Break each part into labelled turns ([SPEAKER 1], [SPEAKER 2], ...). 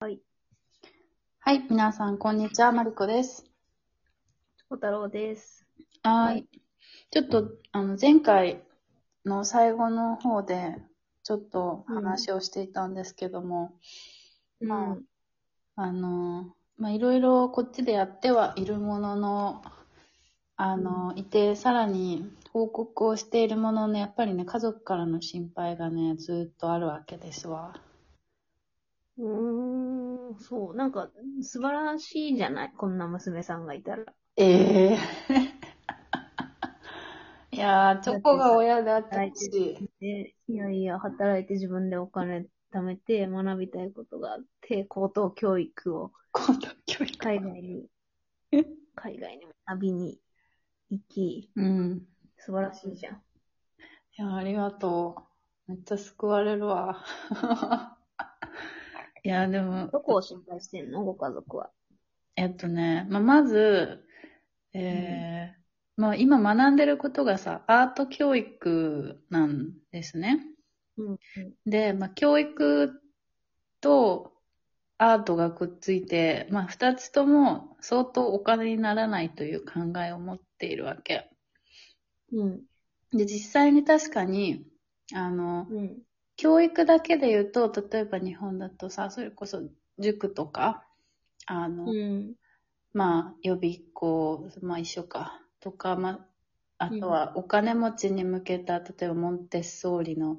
[SPEAKER 1] はい。
[SPEAKER 2] はい、皆さん、こんにちは、まるこです。
[SPEAKER 1] 小太郎です。
[SPEAKER 2] はー。
[SPEAKER 1] はい
[SPEAKER 2] ちょっと、あの、前回の最後の方で、ちょっと話をしていたんですけども、まあ
[SPEAKER 1] うん
[SPEAKER 2] あの、まあ、いろいろこっちでやってはいるものの、あの、いて、さらに報告をしているものの、やっぱりね、家族からの心配がね、ずーっとあるわけですわ。
[SPEAKER 1] うーん、そう。なんか、素晴らしいじゃないこんな娘さんがいたら。
[SPEAKER 2] ええ いやー、チョコが親であってほしい。
[SPEAKER 1] でいやいや、働いて自分でお金貯めて学びたいことがあって、高等教育を
[SPEAKER 2] 高等教育。
[SPEAKER 1] 海外 に、海外に学びに行き、
[SPEAKER 2] うん。
[SPEAKER 1] 素晴らしいじゃん。
[SPEAKER 2] いや、ありがとう。めっちゃ救われるわ。 いや、でも、
[SPEAKER 1] どこを心配してんのご家族は。
[SPEAKER 2] えっとね、まあ、まず、えーまあ、今学んでることがさ、アート教育なんですね。
[SPEAKER 1] うん。
[SPEAKER 2] で、まあ、教育とアートがくっついて、まあ、二つとも相当お金にならないという考えを持っているわけ。
[SPEAKER 1] うん。
[SPEAKER 2] で、実際に確かに、あの、
[SPEAKER 1] うん。
[SPEAKER 2] 教育だけで言うと、例えば日本だとさ、それこそ塾とか、あの、
[SPEAKER 1] うん。
[SPEAKER 2] まあ、予備校、まあ一緒か、とか、まあ、あとはお金持ちに向けた、例えばモンテッソーリの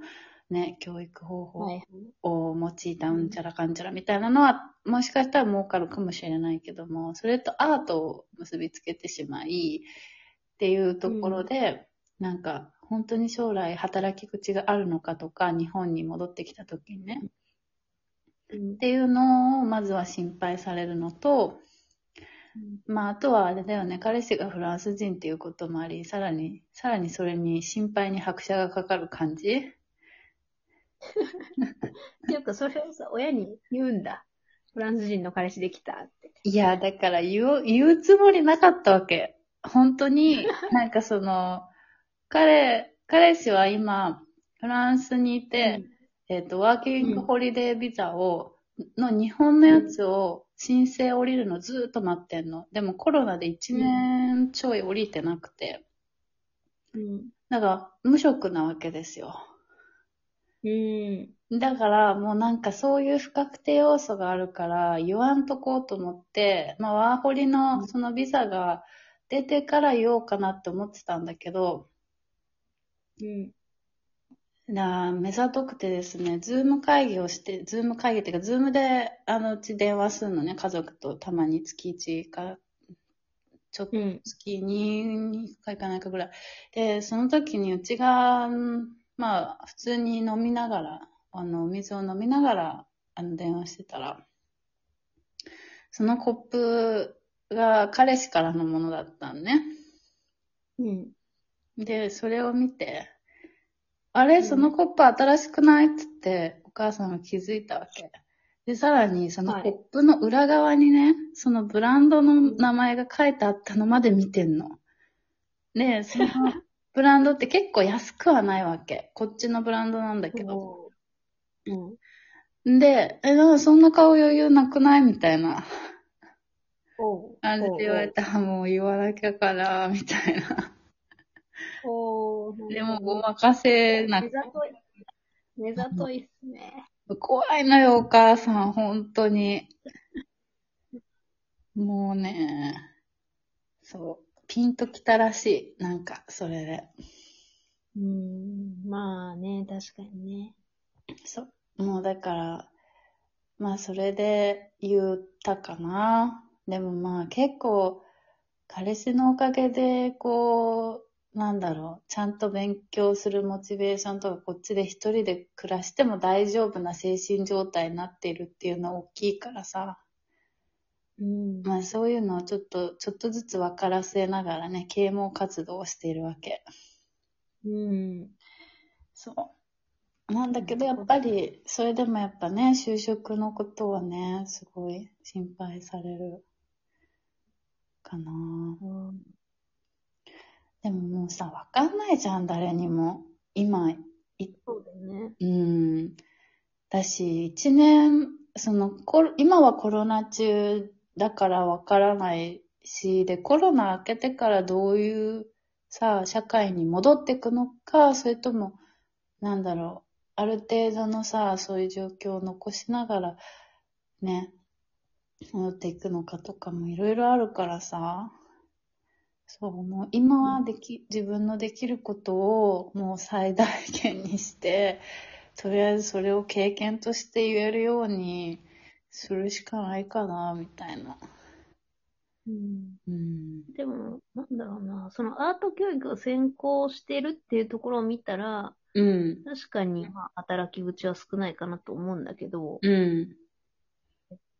[SPEAKER 2] ね、教育方
[SPEAKER 1] は
[SPEAKER 2] 法
[SPEAKER 1] い。
[SPEAKER 2] を用いたうんちゃらかんちゃらみたいなのは、もしかしたら儲かるかもしれないけども、それとアートを結びつけてしまい、っていうところで、なんか、本当に将来働き口があるのかとか、日本に戻ってきた時にね、
[SPEAKER 1] うん
[SPEAKER 2] っ。ていうのをまずは心配されるのと、まあ、あとはあれだよね、彼氏がフランス人っていうこともあり、さらに、さらにそれに心配に拍車がかかる感じ
[SPEAKER 1] っていうか、それをさ、親に言うんだ。フランス人の彼氏できたって。
[SPEAKER 2] いや、だから言おう、言うつもりなかったわけ。本当 に、なんかその、彼、彼氏は今、フランスにいて、えっ、と、ワーキングホリデービザを、の日本のやつを申請降りるのずーっと待ってんの。でもコロナで1年ちょい降りてなくて、
[SPEAKER 1] うん。
[SPEAKER 2] だから無職なわけですよ。
[SPEAKER 1] うん。
[SPEAKER 2] だからもうなんかそういう不確定要素があるから言わんとこうと思って、まあワーホリのそのビザが出てから言おうかなって思ってたんだけど、
[SPEAKER 1] うん。
[SPEAKER 2] なあ、目ざとくてですね、ズーム会議をして、ズーム会議っていうか、ズームで、あの、うち電話するのね、家族とたまに月1か、ちょっと
[SPEAKER 1] うん。
[SPEAKER 2] 月に1回かないかぐらい。で、その時にうちが、うんまあ、普通に飲みながら、あの、お水を飲みながら、あの、電話してたら、そのコップが彼氏からのものだったんね。
[SPEAKER 1] うん。
[SPEAKER 2] で、それを見て、あれ、そのコップ新しくないっつって、お母さんが気づいたわけ。で、さらに、その
[SPEAKER 1] はい
[SPEAKER 2] コップの裏側にね、そのブランドの名前が書いてあったのまで見てんの。で、そのブランドって結構安くはないわけ。 こっちのブランドなんだけど。
[SPEAKER 1] うん。
[SPEAKER 2] で、え、なんかそんな顔余裕なくないみたいな
[SPEAKER 1] おう。
[SPEAKER 2] 感じで言われたら、もう言わなきゃから、みたいな。
[SPEAKER 1] おう。
[SPEAKER 2] でも、ごまかせな
[SPEAKER 1] 目
[SPEAKER 2] く
[SPEAKER 1] ざとい。目ざといっすね。
[SPEAKER 2] 怖いのよ、お母さん、本当に。もうね、そう、ピンときたらしい。なんか、それで。
[SPEAKER 1] うん。まあね、確かにね。
[SPEAKER 2] そう。もうだから、まあ、それで言ったかな。でもまあ、結構、彼氏のおかげで、こう、なんだろう、ちゃんと勉強するモチベーションとか、こっちで一人で暮らしても大丈夫な精神状態になっているっていうのは大きいからさ。
[SPEAKER 1] うん。
[SPEAKER 2] まあそういうのをちょっと、ちょっとずつ分からせながらね、啓蒙活動をしているわけ。
[SPEAKER 1] うん。
[SPEAKER 2] そう。なんだけど、やっぱり、それでもやっぱね、就職のことはね、すごい心配されるかな。
[SPEAKER 1] うん
[SPEAKER 2] でももうさ、分かんないじゃん、誰にも。今、
[SPEAKER 1] そうだね。
[SPEAKER 2] うん。だし、一年そのコロ、今はコロナ中だからわからないし、で、コロナ明けてからどういうさ、社会に戻っていくのか、それとも、なんだろう、ある程度のさ、そういう状況を残しながら、ね、戻っていくのかとかもいろいろあるからさ、そう、もう今はでき、自分のできることをもう最大限にして、とりあえずそれを経験として言えるようにするしかないかな、みたいな。
[SPEAKER 1] うん。
[SPEAKER 2] うん。
[SPEAKER 1] でも、なんだろうな、そのアート教育を専攻してるっていうところを見たら、
[SPEAKER 2] うん。
[SPEAKER 1] 確かに、まあ、働き口は少ないかなと思うんだけど、
[SPEAKER 2] うん。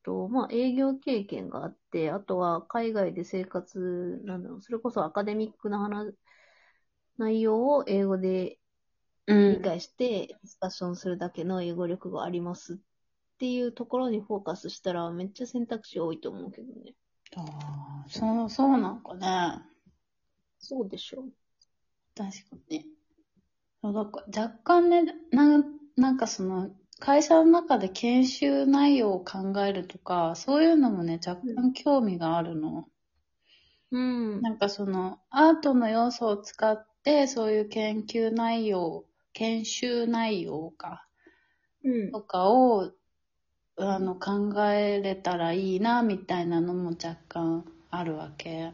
[SPEAKER 1] と、まあ、営業経験があって、あとは海外で生活、なんだろう、それこそアカデミックな話、内容を英語で
[SPEAKER 2] う
[SPEAKER 1] 理
[SPEAKER 2] ん。
[SPEAKER 1] 解して、ディスカッションするだけの英語力がありますっていうところにフォーカスしたら、めっちゃ選択肢多いと思うけどね。
[SPEAKER 2] ああ、そう、そうなんかね。
[SPEAKER 1] そうでしょう。
[SPEAKER 2] 確かに。そうだから若干ね、な、なんかその、会社の中で研修内容を考えるとか、そういうのもね、若干興味があるの。
[SPEAKER 1] うん。
[SPEAKER 2] なんかそのアートの要素を使ってそういう研究内容、研修内容か、
[SPEAKER 1] うん
[SPEAKER 2] とかをあの考えれたらいいなみたいなのも若干あるわけ。
[SPEAKER 1] な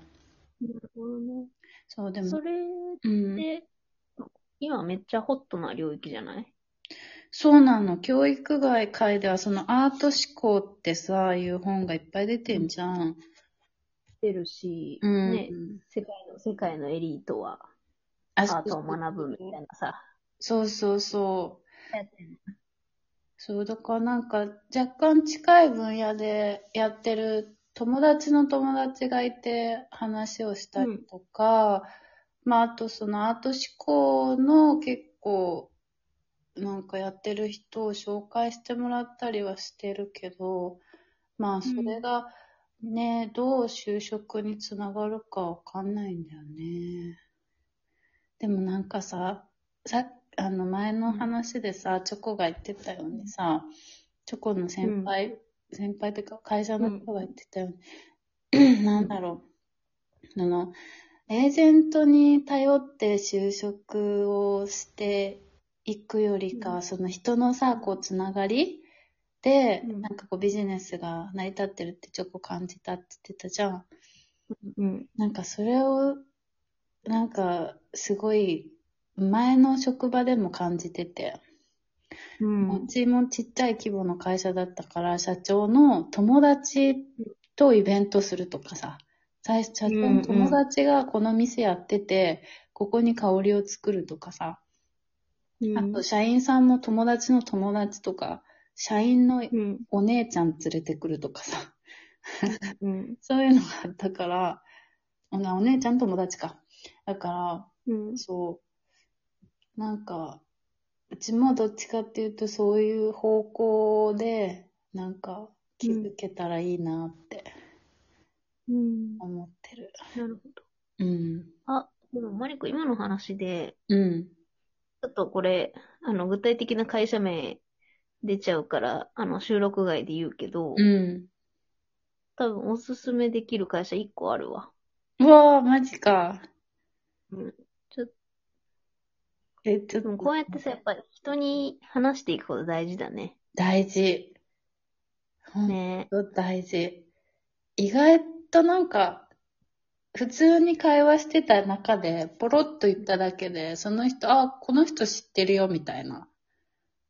[SPEAKER 1] るほどね。
[SPEAKER 2] そうで
[SPEAKER 1] そ
[SPEAKER 2] も、
[SPEAKER 1] れ
[SPEAKER 2] うん
[SPEAKER 1] っ。て、今めっちゃホットな領域じゃない
[SPEAKER 2] そうなの。教育外界ではそのアート思考ってさ、いう本がいっぱい出てんじゃん。
[SPEAKER 1] 出るし、
[SPEAKER 2] うん。
[SPEAKER 1] ね、世界の、世界のエリートは、
[SPEAKER 2] あ、
[SPEAKER 1] アートを学ぶみたいなさ。
[SPEAKER 2] そうそうそう。
[SPEAKER 1] やってんの
[SPEAKER 2] そう、だからなんか若干近い分野でやってる友達の友達がいて話をしたりとか、まああとそのアート思考の結構なんかやってる人を紹介してもらったりはしてるけど、まあそれがね、どう就職につながるかわかんないんだよね。でもなんかさ、さあの前の話でさ、チョコが言ってたようにさ、チョコの先輩、先輩というか会社の人が言ってたように、 なんだろう。あの、エージェントに頼って就職をしていくよりか、
[SPEAKER 1] うん
[SPEAKER 2] その人のさ、こう、つながりで、
[SPEAKER 1] うん
[SPEAKER 2] なんかこう、ビジネスが成り立ってるってチョコ感じたって言ってたじゃん。
[SPEAKER 1] うん。
[SPEAKER 2] なんかそれを、なんか、すごい、前の職場でも感じてて。
[SPEAKER 1] うん。
[SPEAKER 2] うちもちっちゃい規模の会社だったから、社長の友達とイベントするとかさ、最初、社長の友達がこの店やってて、ここに香りを作るとかさ、あと社員さんの友達の友達とか、社員の
[SPEAKER 1] うん。
[SPEAKER 2] お姉ちゃん連れてくるとかさ、
[SPEAKER 1] うん。
[SPEAKER 2] そういうのがあったから、あお姉ちゃん友達か。だから、
[SPEAKER 1] うん。
[SPEAKER 2] そう。なんか、うちもどっちかっていうとそういう方向で、なんか気づけたらいいなって
[SPEAKER 1] うん。
[SPEAKER 2] 思ってる。
[SPEAKER 1] なるほ
[SPEAKER 2] う
[SPEAKER 1] ど。
[SPEAKER 2] ん。
[SPEAKER 1] あ、でも、マリコ、今の話で、
[SPEAKER 2] うん。
[SPEAKER 1] ちょっとこれ、あの、具体的な会社名出ちゃうから、あの、収録外で言うけど、
[SPEAKER 2] う
[SPEAKER 1] 多分おすすめできる会社1個あるわ。
[SPEAKER 2] ん。うわぁ、マジか。
[SPEAKER 1] うん。ちょっと
[SPEAKER 2] え、ちょっ
[SPEAKER 1] でも、
[SPEAKER 2] と
[SPEAKER 1] こうやってさ、やっぱり人に話していくこと大事だね。
[SPEAKER 2] 大事。ほん
[SPEAKER 1] ね
[SPEAKER 2] と大事。意外となんか、普通に会話してた中で、ポロッと言っただけで、その人、あ、この人知ってるよ、みたいな。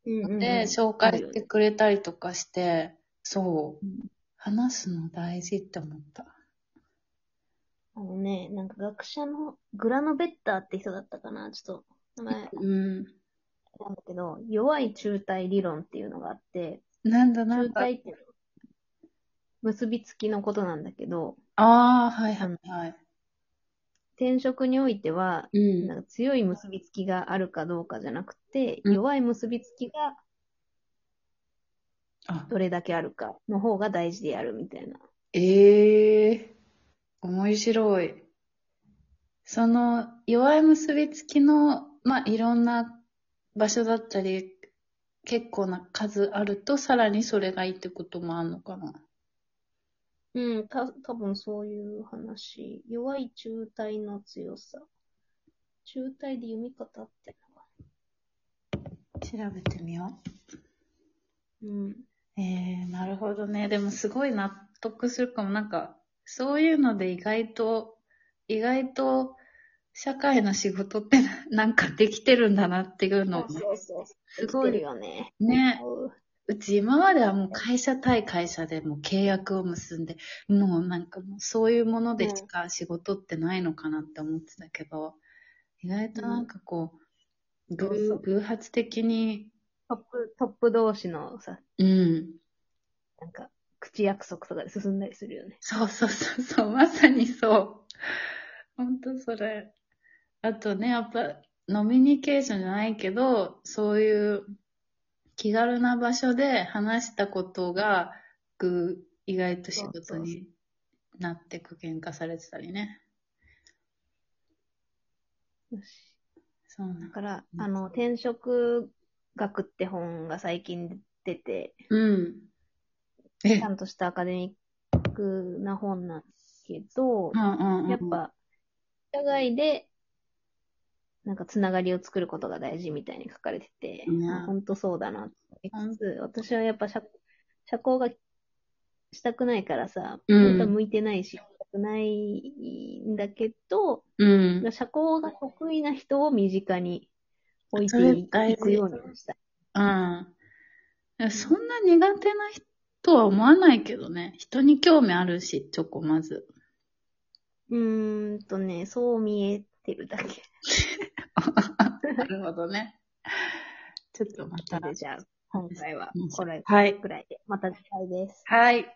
[SPEAKER 1] うんうん
[SPEAKER 2] で、紹介してくれたりとかして、そう、話すの大事って思った。
[SPEAKER 1] あのね、なんか学者のグラノベッターって人だったかな、ちょっと、名前
[SPEAKER 2] うん。
[SPEAKER 1] なんだけど、弱い中体理論っていうのがあって、
[SPEAKER 2] なんだな
[SPEAKER 1] 中
[SPEAKER 2] んだ。あ
[SPEAKER 1] 体っていうのは結びつきのことなんだけど、
[SPEAKER 2] あー、はいはいはい。
[SPEAKER 1] 転職においては、
[SPEAKER 2] う。
[SPEAKER 1] なんんか強い結びつきがあるかどうかじゃなくて、
[SPEAKER 2] うん
[SPEAKER 1] 弱い結びつきが
[SPEAKER 2] あ、
[SPEAKER 1] どれだけあるかの方が大事であるみたいな。
[SPEAKER 2] ええー、面白い。その、弱い結びつきの、まあ、いろんな場所だったり、結構な数あると、さらにそれがいいってこともあるのかな。
[SPEAKER 1] うん、た、多分そういう話。弱い中体の強さ。中体で読み方ってのが。
[SPEAKER 2] 調べてみよ
[SPEAKER 1] うん。
[SPEAKER 2] う。えー、なるほどね。でもすごい納得するかも。なんか、そういうので意外と、意外と、社会の仕事ってななんかできてるんだなっていうのを
[SPEAKER 1] そうそう。
[SPEAKER 2] す
[SPEAKER 1] す
[SPEAKER 2] ご
[SPEAKER 1] ご
[SPEAKER 2] い
[SPEAKER 1] いよね。
[SPEAKER 2] ね。
[SPEAKER 1] うん
[SPEAKER 2] うち今まではもう会社対会社でもう契約を結んで、もうなんかもうそういうものでしか仕事ってないのかなって思ってたけど、意外となんかこう、
[SPEAKER 1] そうそ
[SPEAKER 2] 偶
[SPEAKER 1] う
[SPEAKER 2] 偶発的に、
[SPEAKER 1] トップ、トップ同士のさ、
[SPEAKER 2] うん。
[SPEAKER 1] なんか、口約束とかで進んだりするよね。
[SPEAKER 2] そうそうそうそう、まさにそう。ほんとそれ。あとね、やっぱ、ノミニケーションじゃないけど、そういう気軽な場所で話したことが、ぐ意外と仕事になってく喧嘩されてたりね。
[SPEAKER 1] よし
[SPEAKER 2] そうな
[SPEAKER 1] だ
[SPEAKER 2] ん
[SPEAKER 1] から
[SPEAKER 2] う、ん
[SPEAKER 1] あの、転職学って本が最近出て、
[SPEAKER 2] うん。え
[SPEAKER 1] ちゃんとしたアカデミックな本なんですけど
[SPEAKER 2] う、んうんうん。
[SPEAKER 1] やっ、ぱ、社外で、なんかつながりを作ることが大事みたいに書かれてて、
[SPEAKER 2] うん
[SPEAKER 1] まあほんとそうだなって
[SPEAKER 2] ほん
[SPEAKER 1] 思いつつ私はやっぱ社、社交がしたくないからさ、
[SPEAKER 2] うん
[SPEAKER 1] 本当は向いてないし、したくないんだけど、
[SPEAKER 2] うん。
[SPEAKER 1] 社交が得意な人を身近に置い
[SPEAKER 2] それ
[SPEAKER 1] てい
[SPEAKER 2] 大事
[SPEAKER 1] くようにしたい。
[SPEAKER 2] うん。そんな苦手な人は思わないけどね。人に興味あるし、チョコまず。
[SPEAKER 1] うーんとね、そう見えてるだけ
[SPEAKER 2] なるほどね。ちょっとまた。
[SPEAKER 1] で、じゃあ、今回はこれ
[SPEAKER 2] はい。
[SPEAKER 1] くらいで、また次回です。
[SPEAKER 2] はい。